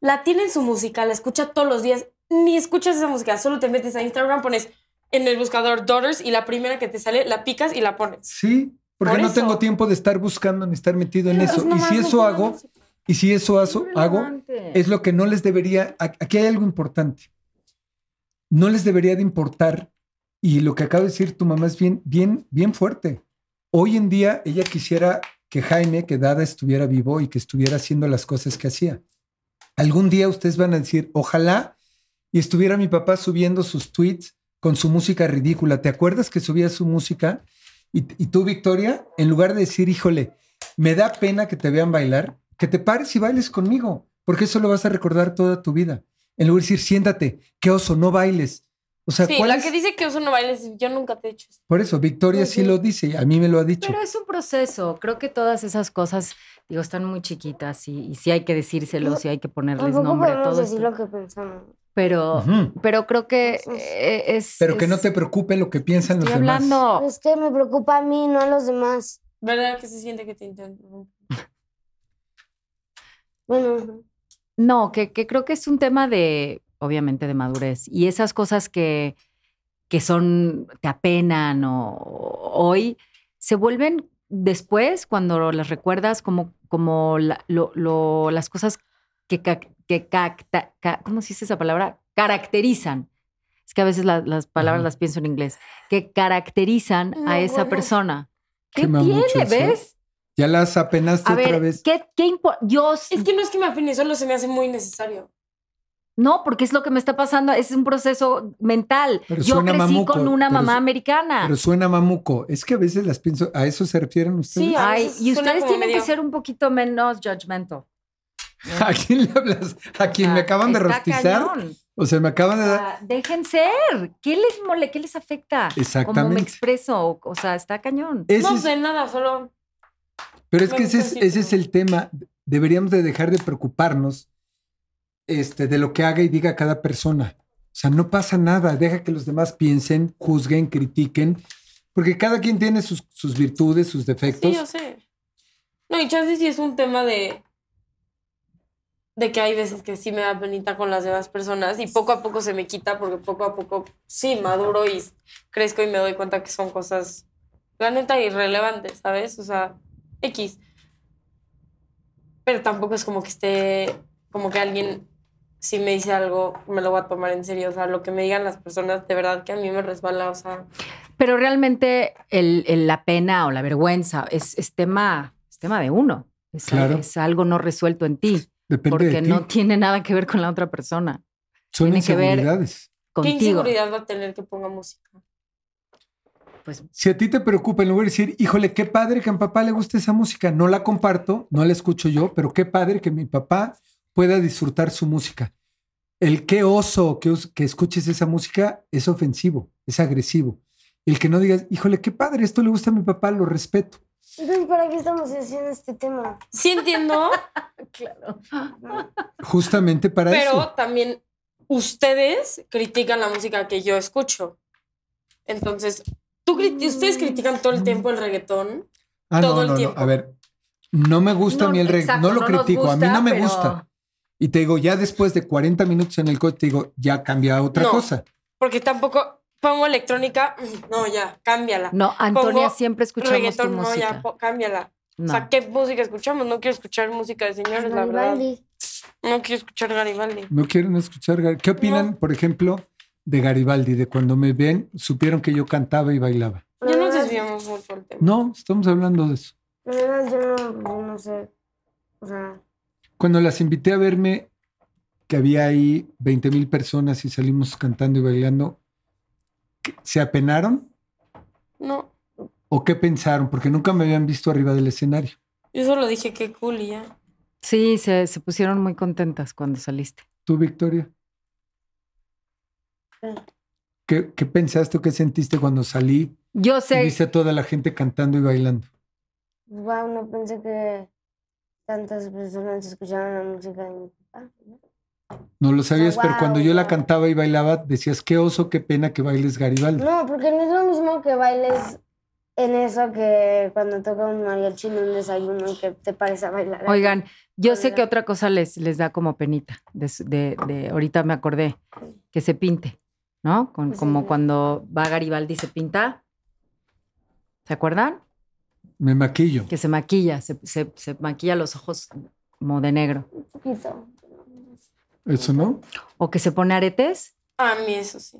S3: la tiene en su música, la escucha todos los días, ni escuchas esa música, solo te metes a Instagram, pones en el buscador Daughters y la primera que te sale la picas y la pones.
S1: Sí, porque
S3: Por
S1: no
S3: eso.
S1: tengo tiempo de estar buscando ni estar metido en eso.
S3: Pero
S1: Y
S3: nomás
S1: si
S3: no
S1: eso
S3: ponen
S1: hago,
S3: música.
S1: y si eso hazo- hago,
S2: Relevante.
S1: es lo que no les debería. a- Aquí hay algo importante. No les debería de importar. Y lo que acaba de decir tu mamá es bien, bien, bien fuerte. Hoy en día ella quisiera que Jaime, que Dada estuviera vivo y que estuviera haciendo las cosas que hacía. Algún día ustedes van a decir, ojalá y estuviera mi papá subiendo sus tweets con su música ridícula. ¿Te acuerdas que subía su música? Y, y tú, Victoria, en lugar de decir, híjole, me da pena que te vean bailar, que te pares y bailes conmigo, porque eso lo vas a recordar toda tu vida. En lugar de decir, siéntate, qué oso, no bailes. O sea,
S3: Sí,
S1: ¿cuál
S3: la
S1: es?
S3: que dice que oso no bailes, yo nunca te he hecho eso.
S1: Por eso, Victoria sí
S3: Ujú.
S1: lo dice, y a mí me lo ha dicho.
S2: Pero es un proceso. Creo que todas esas cosas, digo, están muy chiquitas y, y sí hay que decírselo, sí hay que ponerles
S4: Tampoco
S2: nombre a
S4: podemos
S2: todo
S4: decir
S2: esto.
S4: lo que pensamos.
S2: Pero,
S1: Ujú.
S2: pero creo que
S4: Entonces,
S2: eh, es.
S1: Pero que
S2: es-
S1: no te preocupe lo que piensan
S2: Estoy
S1: los demás.
S2: hablando.
S4: Es que me preocupa a mí, no a los demás.
S3: ¿Verdad que se siente que te intento?
S4: Bueno,
S2: No, que, que creo que es un tema de, obviamente, de madurez. Y esas cosas que, que son, te apenan o, o hoy, se vuelven después, cuando las recuerdas, como, como la- lo- lo- las cosas que, ca- que cacta- ca- ¿cómo se dice esa palabra? Caracterizan. Es que a veces la- las palabras
S1: Ajá.
S2: las pienso en inglés. Que caracterizan
S3: No,
S2: a esa
S3: bueno.
S2: persona. ¿Qué
S1: Quema mucho
S2: tiene?
S1: eso.
S2: ¿Ves?
S1: Ya las apenaste
S2: A
S1: otra
S2: ver,
S1: vez.
S2: ¿qué, qué impo- Dios,
S3: Es que no es que me afine, solo se me hace muy necesario.
S2: No, porque es lo que me está pasando, es un proceso mental.
S1: Pero
S2: Yo
S1: suena
S2: crecí
S1: mamuco,
S2: con una
S1: pero
S2: mamá
S1: su-
S2: americana.
S1: Pero suena mamuco. Es que a veces las pienso, ¿a eso se refieren ustedes?
S3: Sí, a
S2: Ay,
S3: veces
S2: y
S3: suena
S2: ustedes
S3: como
S2: tienen que
S3: medio-
S2: ser un poquito menos judgmental.
S1: ¿A quién le hablas? ¿A quien me acaban de
S2: Ah, Está
S1: rostizar?
S2: cañón. Ah,
S1: O sea, me acaban de
S2: O
S1: dar.
S2: sea, dejen ser. ¿Qué les mole? ¿Qué les afecta? Cómo me
S1: Exactamente.
S2: expreso. O sea, está cañón.
S1: Ese
S3: No
S1: es-
S3: sé nada, solo.
S1: Pero es
S3: Me
S1: que ese es,
S3: gusta así
S1: ese es
S3: como-
S1: el tema. Deberíamos de dejar de preocuparnos este, de lo que haga y diga cada persona. O sea, no pasa nada. Deja que los demás piensen, juzguen, critiquen, porque cada quien tiene sus, sus virtudes, sus defectos.
S3: Sí, yo sé. No, y chance sí es un tema de. de que hay veces que sí me da penita con las demás personas y poco a poco se me quita porque poco a poco sí maduro y crezco y me doy cuenta que son cosas, la neta, irrelevantes, ¿sabes? O sea, X. Pero tampoco es como que esté. como que alguien. Si me dice algo, me lo voy a tomar en serio. O sea, lo que me digan las personas, de verdad que a mí me resbala. O sea,
S2: Pero realmente el- el- la pena o la vergüenza es, es tema, es tema de uno. Es,
S1: Claro.
S2: es algo no resuelto en ti,
S1: Depende de
S2: porque
S1: ti.
S2: no tiene nada que ver con la otra persona,
S1: Son
S2: tiene que ver-
S1: inseguridades.
S3: ¿qué
S2: contigo.
S3: inseguridad va a tener que ponga música?
S2: Pues
S1: Si a ti te preocupa, en lugar de decir, híjole, qué padre que a mi papá le gusta esa música, no la comparto, no la escucho yo, pero qué padre que mi papá pueda disfrutar su música. El qué oso que, us- que escuches esa música es ofensivo, es agresivo. El que no digas, híjole, qué padre, esto le gusta a mi papá, lo respeto.
S4: Entonces, ¿para qué estamos haciendo este tema?
S3: Sí entiendo,
S2: claro.
S1: Justamente para
S3: pero
S1: eso.
S3: también ustedes critican la música que yo escucho. Entonces, tú criti- ustedes critican todo
S2: Mm.
S3: el tiempo el reggaetón.
S1: Ah,
S3: todo
S1: no,
S3: el
S1: no, no.
S3: tiempo.
S1: A ver, no me gusta a mí el reggaetón,
S2: exacto,
S1: no lo
S2: nos
S1: critico, a mí
S2: gusta,
S1: no me
S2: pero-
S1: gusta. Y te digo, ya después de 40 minutos en el coche, te digo, ya cambia a otra
S3: No.
S1: cosa.
S3: Porque tampoco pongo electrónica, mm, no, ya, cámbiala.
S2: No, Antonia,
S3: Pongo
S2: siempre escuchamos tu
S3: reggaetón, no,
S2: música.
S3: ya, po- cámbiala. O
S2: No.
S3: sea, ¿qué música escuchamos? No quiero escuchar música de señores, la
S4: Pues,
S3: verdad.
S4: Garibaldi.
S3: No quiero escuchar Garibaldi.
S1: No quieren escuchar. Gar- ¿Qué opinan, por ejemplo, de Garibaldi? De cuando me ven, supieron que yo cantaba y bailaba.
S3: Ya nos desviamos mucho el tema.
S1: No, estamos hablando de eso.
S4: La verdad, yo no, yo no sé. O sea,
S1: Cuando las invité a verme, que había ahí 20 mil personas y salimos cantando y bailando, ¿qué- ¿se apenaron
S3: No,
S1: o qué pensaron? Porque nunca me habían visto arriba del escenario.
S3: yo solo dije que cool y ya.
S2: Sí, se, se pusieron muy contentas cuando saliste.
S1: ¿Tú, Victoria?
S4: Sí.
S1: ¿Qué, qué pensaste o qué sentiste cuando salí
S2: Yo
S1: y
S2: sé,
S1: viste a toda la gente cantando y bailando?
S4: wow, no pensé que tantas personas escuchaban la música de mi papá. ¿no?
S1: No lo
S3: Oh,
S1: sabías, pero
S4: Wow.
S1: cuando yo la cantaba y bailaba, decías, qué oso, qué pena que bailes Garibaldi.
S4: No, porque no es lo mismo que bailes en eso que cuando toca un mariachi en un desayuno y que te pares a bailar.
S2: Oigan, yo sé
S4: Oigan.
S2: que otra cosa les, les da como penita. De, su- de- de- ahorita me acordé que se pinte, ¿no? Con-
S3: Pues
S4: Sí.
S2: Como cuando va Garibaldi y se pinta. ¿Se acuerdan?
S1: Me maquillo.
S2: Que se maquilla, se, se- se maquilla los ojos como de negro.
S4: Un poquito.
S1: Eso, ¿no?
S2: O que se pone aretes.
S3: A mí eso sí.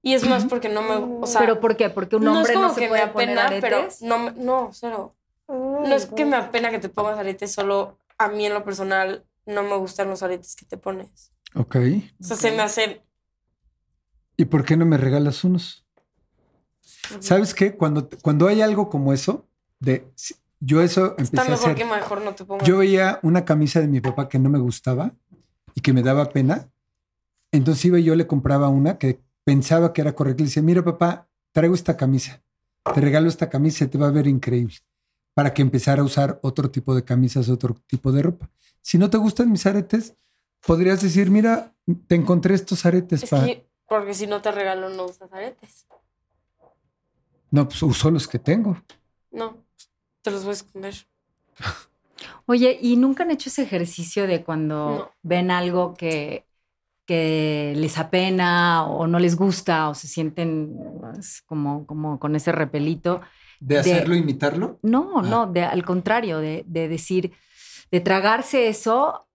S3: Y es más porque no me... O sea,
S2: ¿Pero por qué? Porque un hombre no, se puede poner
S3: pero
S2: aretes.
S3: no, me- no, cero.
S4: No,
S3: No es que me apena que te pongas aretes, solo a mí en lo personal no me gustan los aretes que te pones.
S1: Ok.
S3: O sea, se me hace...
S1: ¿Y por qué no me regalas unos? ¿Sabes qué? Cuando, cuando hay algo como eso, de si- yo eso empecé
S3: Está
S1: a
S3: mejor
S1: hacer.
S3: que mejor no te pongas.
S1: Yo veía una camisa de mi papá que no me gustaba y que me daba pena. Entonces iba y yo le compraba una que pensaba que era correcta. Le decía, mira papá, traigo esta camisa. Te regalo esta camisa, te va a ver increíble. Para que empezara a usar otro tipo de camisas, otro tipo de ropa. Si no te gustan mis aretes, podrías decir, mira, te encontré estos aretes
S3: Es
S1: para...
S3: que- porque si no te regalo no usas aretes.
S1: No, pues uso los que tengo.
S3: No, te los voy a esconder.
S2: Oye, ¿y nunca han hecho ese ejercicio de cuando
S3: No.
S2: ven algo que, que les apena o no les gusta o se sienten pues, como, como con ese repelito?
S1: ¿De
S2: hacerlo,
S1: imitarlo?
S2: No,
S1: Ah.
S2: no, de, al contrario, de, de decir, de tragarse eso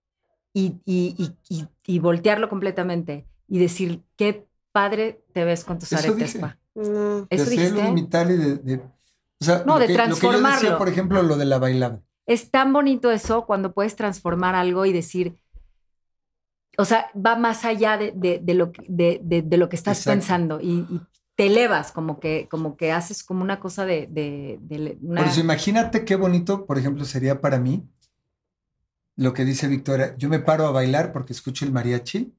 S2: y, y- y- y- y voltearlo completamente y decir, qué padre te ves con tus
S1: Eso
S2: aretes,
S1: dije.
S2: pa".
S4: No.
S2: ¿Eso dijiste?
S1: imitarlo y de... o sea,
S2: No, lo de que- lo que yo decía, transformarlo. por
S1: ejemplo, lo de la bailada.
S2: Es tan bonito eso cuando puedes transformar algo y decir, o sea, va más allá de, de- de lo, que- de, de- de lo que estás
S1: Exacto.
S2: pensando y, y te elevas, como que, como que haces como una cosa de... de- de le- una-
S1: Por eso imagínate qué bonito, por ejemplo, sería para mí lo que dice Victoria. Yo me paro a bailar porque escucho el mariachi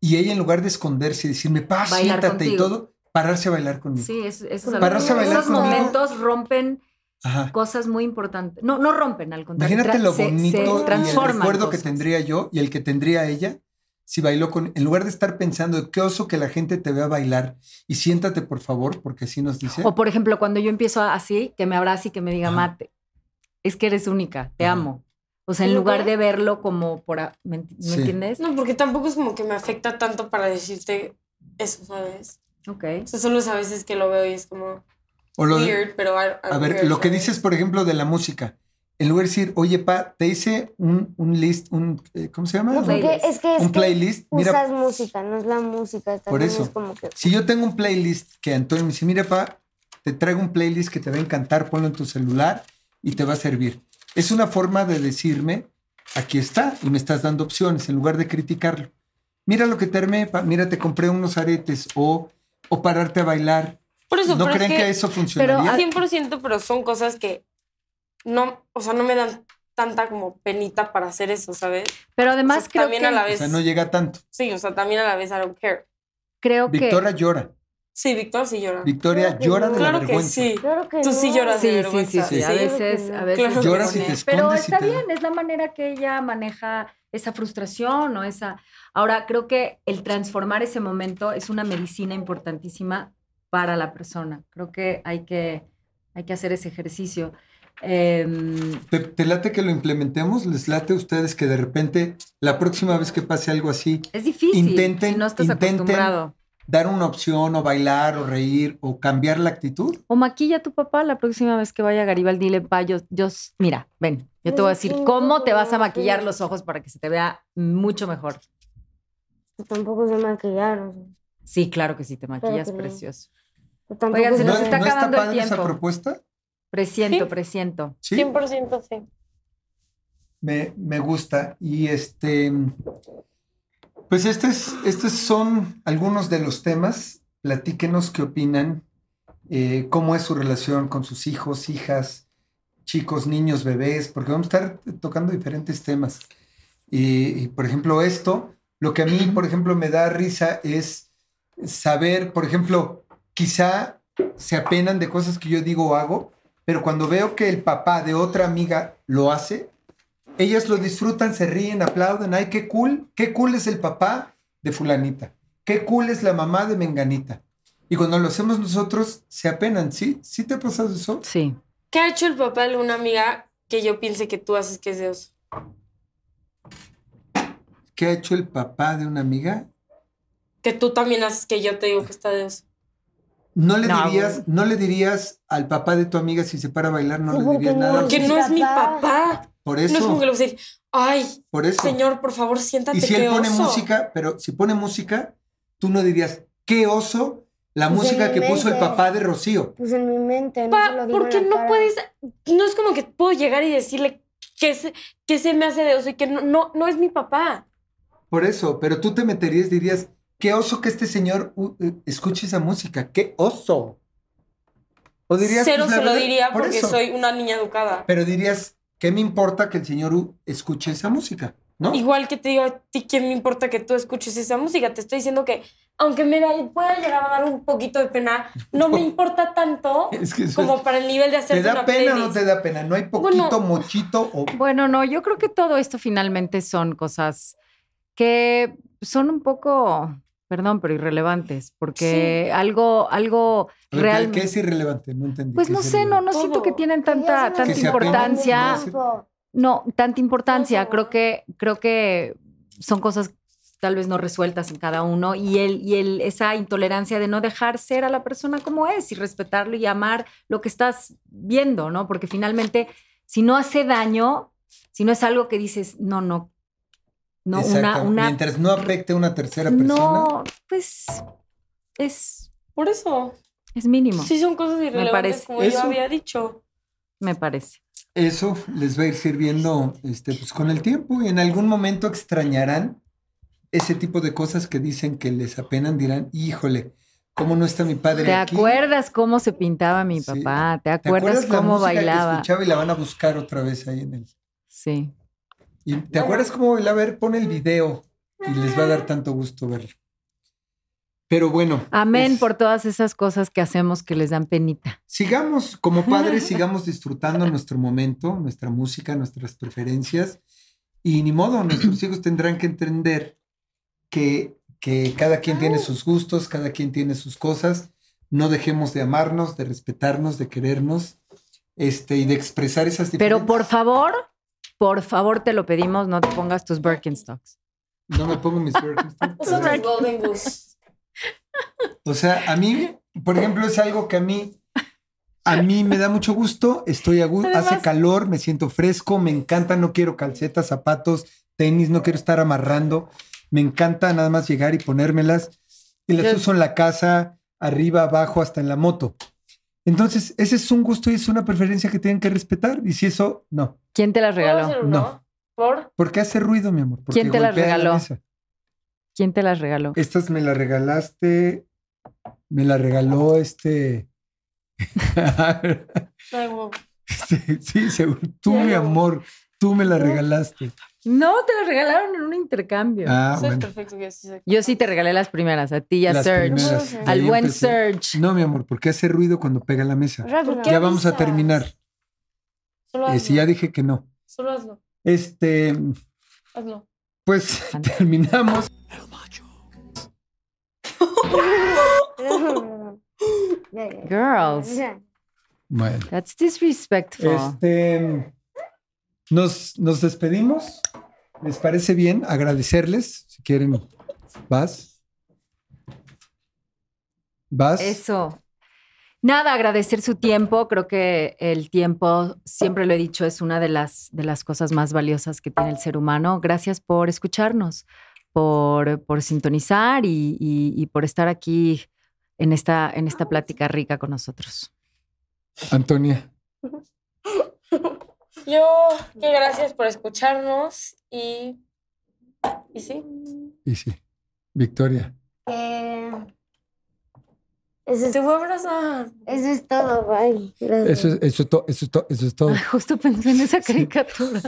S1: y ella en lugar de esconderse y decirme, pa,
S2: Bailar
S1: siéntate y
S2: contigo.
S1: todo, pararse a bailar conmigo.
S2: Sí, es- esos,
S1: Pararse a bailar
S2: esos
S1: conmigo.
S2: momentos rompen
S1: Ajá.
S2: cosas muy importantes. No, no rompen, al contrario.
S1: Imagínate
S2: tra-
S1: lo
S2: se- se
S1: bonito y el
S2: transforman
S1: recuerdo que
S2: cosas.
S1: tendría yo y el que tendría ella si bailó con. En lugar de estar pensando, qué oso que la gente te vea bailar y siéntate, por favor, porque así nos dice.
S2: O por ejemplo, cuando yo empiezo así, que me abrace y que me diga,
S1: Ajá.
S2: mate, es que eres única, te
S1: Ajá.
S2: amo. O sea, en
S3: ¿Sí lo
S2: lugar
S3: crees?
S2: de verlo como por... a- ¿Me, enti- me
S1: Sí.
S2: entiendes?
S3: No, porque tampoco es como que me afecta tanto para decirte eso, ¿sabes?
S2: Ok.
S3: O sea, solo es a veces que lo veo y es como
S1: O lo de-
S3: weird, pero... I- I'm
S1: a ver,
S3: weird,
S1: lo que
S3: ¿sabes?
S1: dices, por ejemplo, de la música. En lugar de decir, oye, pa, te hice un, un list, un. eh, ¿Cómo se llama?
S4: No,
S1: Un-
S4: porque
S2: playlist.
S4: es que es
S1: un
S4: que
S1: playlist. Mira,
S4: usas música, no es la música.
S1: Por
S4: también
S1: eso.
S4: Es como que...
S1: Si yo tengo un playlist que Antonio me dice, mira, pa, te traigo un playlist que te va a encantar, ponlo en tu celular y te va a servir. Es una forma de decirme, aquí está, y me estás dando opciones, en lugar de criticarlo. Mira lo que te armé, pa, mira, te compré unos aretes, o, o pararte a bailar.
S3: Por eso,
S1: ¿No
S3: pero
S1: creen
S3: es
S1: que,
S3: que,
S1: eso funcionaría?
S2: a-
S3: 100%, pero son cosas que no, o sea, no me dan tanta como penita para hacer eso, ¿sabes?
S2: Pero además
S3: O sea,
S2: creo
S3: también
S2: que...
S3: a la
S1: o
S3: vez.
S1: sea, no llega tanto.
S3: Sí, o sea, también a la vez I don't care.
S2: Creo que...
S1: Victoria llora.
S3: Sí, Víctor sí llora.
S1: Victoria
S4: Claro que
S1: llora
S4: no.
S1: de la
S3: claro que
S1: vergüenza.
S3: sí.
S4: Claro que
S3: Tú
S4: no.
S3: sí lloras.
S2: Sí, sí,
S3: vergüenza.
S2: sí, sí. A
S3: Sí.
S2: veces, a veces.
S3: Claro.
S2: se
S1: Lloras y
S2: pone-
S1: te escondes
S2: Pero
S1: y
S2: está
S1: te-
S2: bien, es la manera que ella maneja esa frustración o esa. Ahora, creo que el transformar ese momento es una medicina importantísima para la persona. Creo que hay que, hay que hacer ese ejercicio. Em,
S1: ¿Te, te late que lo implementemos? ¿Les late a ustedes que de repente, la próxima vez que pase algo así,
S2: es difícil.
S1: Intenten-
S2: si no estás
S1: intenten-
S2: acostumbrado.
S1: dar una opción o bailar o reír o cambiar la actitud?
S2: O maquilla a tu papá la próxima vez que vaya a Garibaldi y le pa, yo, yo, mira, ven, yo te voy a decir cómo te vas a maquillar los ojos para que se te vea mucho mejor.
S4: Tampoco se maquillaron.
S2: Sí, claro que sí, te maquillas
S4: que no.
S2: precioso.
S4: Tampoco
S2: Oigan, se
S4: se
S2: nos
S1: ¿No,
S2: está
S1: no está
S2: acabando el
S1: padre esa
S2: tiempo.
S1: propuesta?
S2: Presiento,
S3: Sí.
S2: presiento.
S1: Sí,
S3: 100% sí.
S1: me, me gusta. Y este, pues este es- estos son algunos de los temas. Platíquenos qué opinan, eh, cómo es su relación con sus hijos, hijas, chicos, niños, bebés, porque vamos a estar tocando diferentes temas. Y, y, por ejemplo, esto, lo que a mí, por ejemplo, me da risa es saber, por ejemplo, quizá se apenan de cosas que yo digo o hago, pero cuando veo que el papá de otra amiga lo hace, ellas lo disfrutan, se ríen, aplauden, ay, qué cool, qué cool es el papá de fulanita, qué cool es la mamá de menganita. Y cuando lo hacemos nosotros, se apenan, ¿sí? ¿Sí te ha pasado eso?
S2: Sí.
S3: ¿Qué ha hecho el papá de una amiga que yo piense que tú haces que es de oso?
S1: ¿Qué ha hecho el papá de una amiga?
S3: Que tú también haces que yo te digo que está de oso.
S1: ¿No le,
S2: No,
S1: dirías, ¿no le dirías al papá de tu amiga si se para a bailar, no
S4: Sí,
S1: le
S4: porque
S1: dirías
S4: no,
S1: nada?
S4: porque
S3: Que no es mi papá.
S1: Por
S3: No es
S1: eso,
S3: como que le vas a decir, ay,
S1: por eso.
S3: señor, por favor, siéntate
S1: y si
S3: qué
S1: él pone
S3: oso.
S1: música, pero si pone música, tú no dirías, qué oso la
S4: Pues
S1: música
S4: en
S1: que
S4: mi
S1: puso el
S4: mente.
S1: papá de Rocío.
S4: Pues en mi mente.
S3: Pa,
S4: no se lo digo en
S3: porque
S4: la
S3: no
S4: cara.
S3: puedes, no es como que puedo llegar y decirle que se, que se me hace de oso y que no, no, no es mi papá.
S1: Por eso, pero tú te meterías, dirías, qué oso que este señor u- eh, escuche esa música, qué oso. O dirías,
S3: Cero
S1: "Pues, la
S3: se lo
S1: verdad,
S3: diría
S1: por
S3: porque
S1: eso".
S3: soy una niña educada.
S1: Pero dirías, ¿qué me importa que el señor u- escuche esa música? ¿No?
S3: Igual que te digo a ti, ¿quién me importa que tú escuches esa música? Te estoy diciendo que, aunque me da, pueda llegar a dar un poquito de pena, no me importa tanto
S1: Es que eso es-
S3: como para el nivel de
S1: ¿Te
S3: hacerte
S1: da
S3: una
S1: pena o no
S3: playlist.
S1: te da pena? No hay poquito,
S3: Bueno.
S1: mochito o...
S2: Bueno, no, yo creo que todo esto finalmente son cosas que son un poco, perdón, pero irrelevantes, porque algo, algo
S1: ¿Qué-
S2: real.
S1: ¿Qué es irrelevante? No entendí.
S2: Pues
S1: ¿qué
S2: no
S1: es
S2: sé, no,
S1: irrelevante?
S2: no
S3: Todo.
S2: siento que tienen
S4: Que ya
S2: tanta,
S4: se me
S2: tanta
S1: Que se apeguen,
S2: importancia.
S1: ¿no?
S2: No, tanta importancia.
S3: Ajá.
S2: Creo que, creo que son cosas tal vez no resueltas en cada uno y, el, y el, esa intolerancia de no dejar ser a la persona como es y respetarlo y amar lo que estás viendo, ¿no? Porque finalmente, si no hace daño, si no es algo que dices, no, no, no, una,
S1: Exacto.
S2: una,
S1: Mientras no afecte a una tercera persona.
S2: no, pues es,
S3: Por eso,
S2: es mínimo,
S3: sí son cosas irrelevantes
S2: parece.
S3: como
S1: Eso-
S3: yo había dicho.
S2: me parece.
S1: Eso les va a ir sirviendo este, pues, con el tiempo y en algún momento extrañarán ese tipo de cosas que dicen que les apenan, dirán, híjole, ¿cómo no está mi padre
S2: ¿Te
S1: aquí?
S2: acuerdas cómo se pintaba mi
S1: Sí.
S2: papá? ¿Te
S1: ¿Te
S2: acuerdas,
S1: la
S2: cómo
S1: música que
S2: bailaba?
S1: escuchaba y la van a buscar otra vez ahí en el...
S2: Sí.
S1: ¿Y te acuerdas cómo bailaba? A ver, pone el video y les va a dar tanto gusto verlo. Pero bueno. pues,
S2: Amén
S1: es-
S2: por todas esas cosas que hacemos que les dan penita.
S1: Sigamos, como padres, sigamos disfrutando nuestro momento, nuestra música, nuestras preferencias. Y ni modo, nuestros hijos tendrán que entender que, que cada quien tiene sus gustos, cada quien tiene sus cosas. No dejemos de amarnos, de respetarnos, de querernos este, y de expresar esas diferencias.
S2: Pero por favor, por favor te lo pedimos, no te pongas tus Birkenstocks.
S1: No me pongo mis Birkenstocks.
S3: Son los Golden Goose.
S1: O sea, a mí, por ejemplo, es algo que a mí, a mí me da mucho gusto. Estoy a gusto, hace
S2: Además-
S1: calor, me siento fresco, me encanta, no quiero calcetas, zapatos, tenis, no quiero estar amarrando. Me encanta nada más llegar y ponérmelas. Y las
S2: Yo-
S1: uso en la casa, arriba, abajo, hasta en la moto. Entonces, ese es un gusto y es una preferencia que tienen que respetar. Y si eso, no.
S2: ¿Quién te las
S3: ¿Puedo
S2: regaló?
S3: hacer uno?
S1: No.
S3: ¿Por?
S1: Porque hace ruido, mi amor. Porque
S2: ¿Quién te las
S1: golpea
S2: regaló?
S1: mesa.
S2: ¿Quién te las regaló?
S1: Estas me las regalaste. Me la regaló este.
S3: Ay, wow.
S1: sí, sí, seguro. Tú, mi amor, tú me la regalaste.
S2: No, te las regalaron en un intercambio.
S1: Ah,
S3: Eso es
S1: bueno.
S3: perfecto que así se-
S2: Yo sí te regalé las primeras, a ti y a
S1: las
S2: Serge.
S1: primeras. De
S3: Al
S2: Al
S1: ahí
S2: buen
S1: empecé.
S2: Serge.
S1: No, mi amor, porque hace ruido cuando pega la mesa.
S4: Rápido.
S3: ¿Por qué?
S1: Ya vamos a
S3: avisas?
S1: terminar.
S3: Solo
S1: Eh,
S3: hazlo.
S1: si ya dije que no.
S3: Solo hazlo.
S1: Este,
S3: Hazlo.
S1: pues terminamos.
S4: Ya, ya, ya.
S2: Girls,
S4: Ya.
S1: Bueno,
S2: that's disrespectful.
S1: este, nos, nos despedimos. ¿Les parece bien? Agradecerles. Si quieren, vas. Vas.
S2: Eso. Nada, agradecer su tiempo. Creo que el tiempo, siempre lo he dicho, es una de las, de las cosas más valiosas que tiene el ser humano. Gracias por escucharnos, por, por sintonizar y, y- y por estar aquí en esta, en esta plática rica con nosotros.
S1: Antonia.
S3: Yo, que gracias por escucharnos y. Y sí.
S1: Y sí. Victoria.
S4: Eh, eso, es,
S3: Te voy a abrazar.
S4: eso es todo, bye. Gracias.
S1: Eso, es- eso, es to- eso, es to- eso es todo.
S2: Justo pensé en esa caricatura.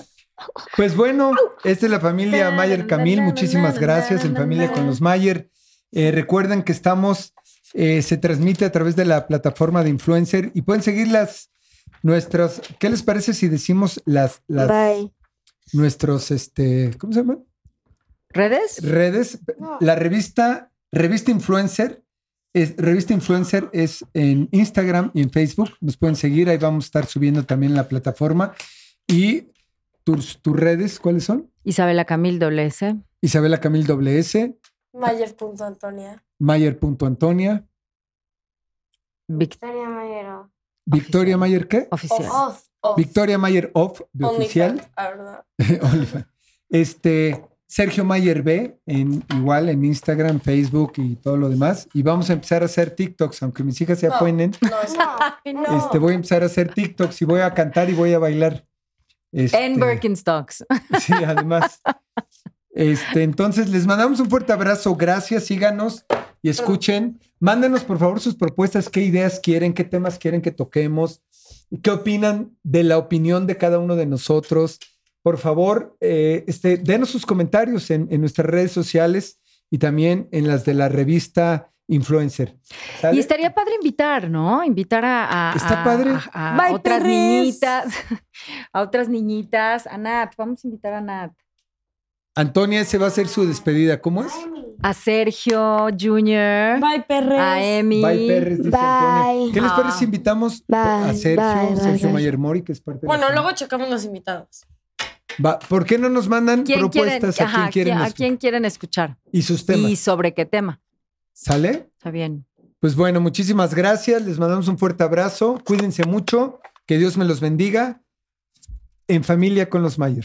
S1: Pues bueno, esta es la familia Mayer Camil. Muchísimas gracias en familia con los Mayer. Eh, recuerden que estamos, eh, se transmite a través de la plataforma de influencer y pueden seguir las nuestras. ¿Qué les parece si decimos las, las
S4: Bye.
S1: nuestros este, ¿cómo se llaman?
S2: ¿Redes?
S1: Redes.
S4: No.
S1: La revista, revista influencer. Es, revista Influencer es en Instagram y en Facebook. Nos pueden seguir. Ahí vamos a estar subiendo también la plataforma. Y tus, tus redes, ¿cuáles son?
S2: Isabela Camil doble S.
S1: Isabela Camil WS,
S3: Mayer.antonia.
S1: Mayer.antonia,
S2: Vic-
S4: Victoria Mayero.
S1: Victoria
S2: Oficial.
S1: Mayer, ¿qué?
S2: oficial.
S4: Off.
S3: Off.
S1: Victoria Mayer Off, de oficial.
S3: OnlyFans, la verdad.
S1: OnlyFans. este, Sergio Mayer B, en, igual en Instagram, Facebook y todo lo demás. Y vamos a empezar a hacer TikToks, aunque mis hijas se
S3: No.
S1: apuenen.
S3: No, eso no.
S1: Este, voy a empezar a hacer TikToks y voy a cantar y voy a bailar. Este,
S2: En Birkenstocks.
S1: Sí, además. Este, entonces, les mandamos un fuerte abrazo. Gracias, síganos y escuchen. Mándenos, por favor, sus propuestas, qué ideas quieren, qué temas quieren que toquemos, qué opinan de la opinión de cada uno de nosotros. Por favor, eh, este, denos sus comentarios en, en nuestras redes sociales y también en las de la revista Influencer. ¿Sale?
S2: Y este estaría padre invitar, ¿no? Invitar a, a-
S1: Está
S2: a-
S1: padre.
S2: a- a
S3: Bye,
S2: otras
S3: perres.
S2: niñitas, a otras niñitas, a Nat, vamos a invitar a Nat,
S1: Antonia, ese va a ser su despedida. ¿Cómo es?
S2: a Sergio Junior,
S3: Bye, perre.
S2: a Emi.
S1: Bye, Perres, dice
S4: Bye.
S1: Antonia. ¿Qué les parece si
S2: Ah.
S1: invitamos
S4: Bye,
S1: a Sergio,
S4: bye, bye,
S1: Sergio
S4: bye.
S1: Mayer Mori, que es parte de la
S3: Bueno,
S1: familia?
S3: luego checamos los invitados.
S1: Va, ¿Por qué no nos mandan
S2: ¿Quién quieren,
S1: propuestas
S2: ajá,
S1: a quién quieren
S2: a
S1: escu-
S2: quién quieren escuchar?
S1: y sus temas?
S2: ¿Y sobre qué tema?
S1: ¿Sale?
S2: Está bien.
S1: Pues bueno, muchísimas gracias. Les mandamos un fuerte abrazo. Cuídense mucho. Que Dios me los bendiga. En familia con los Mayer.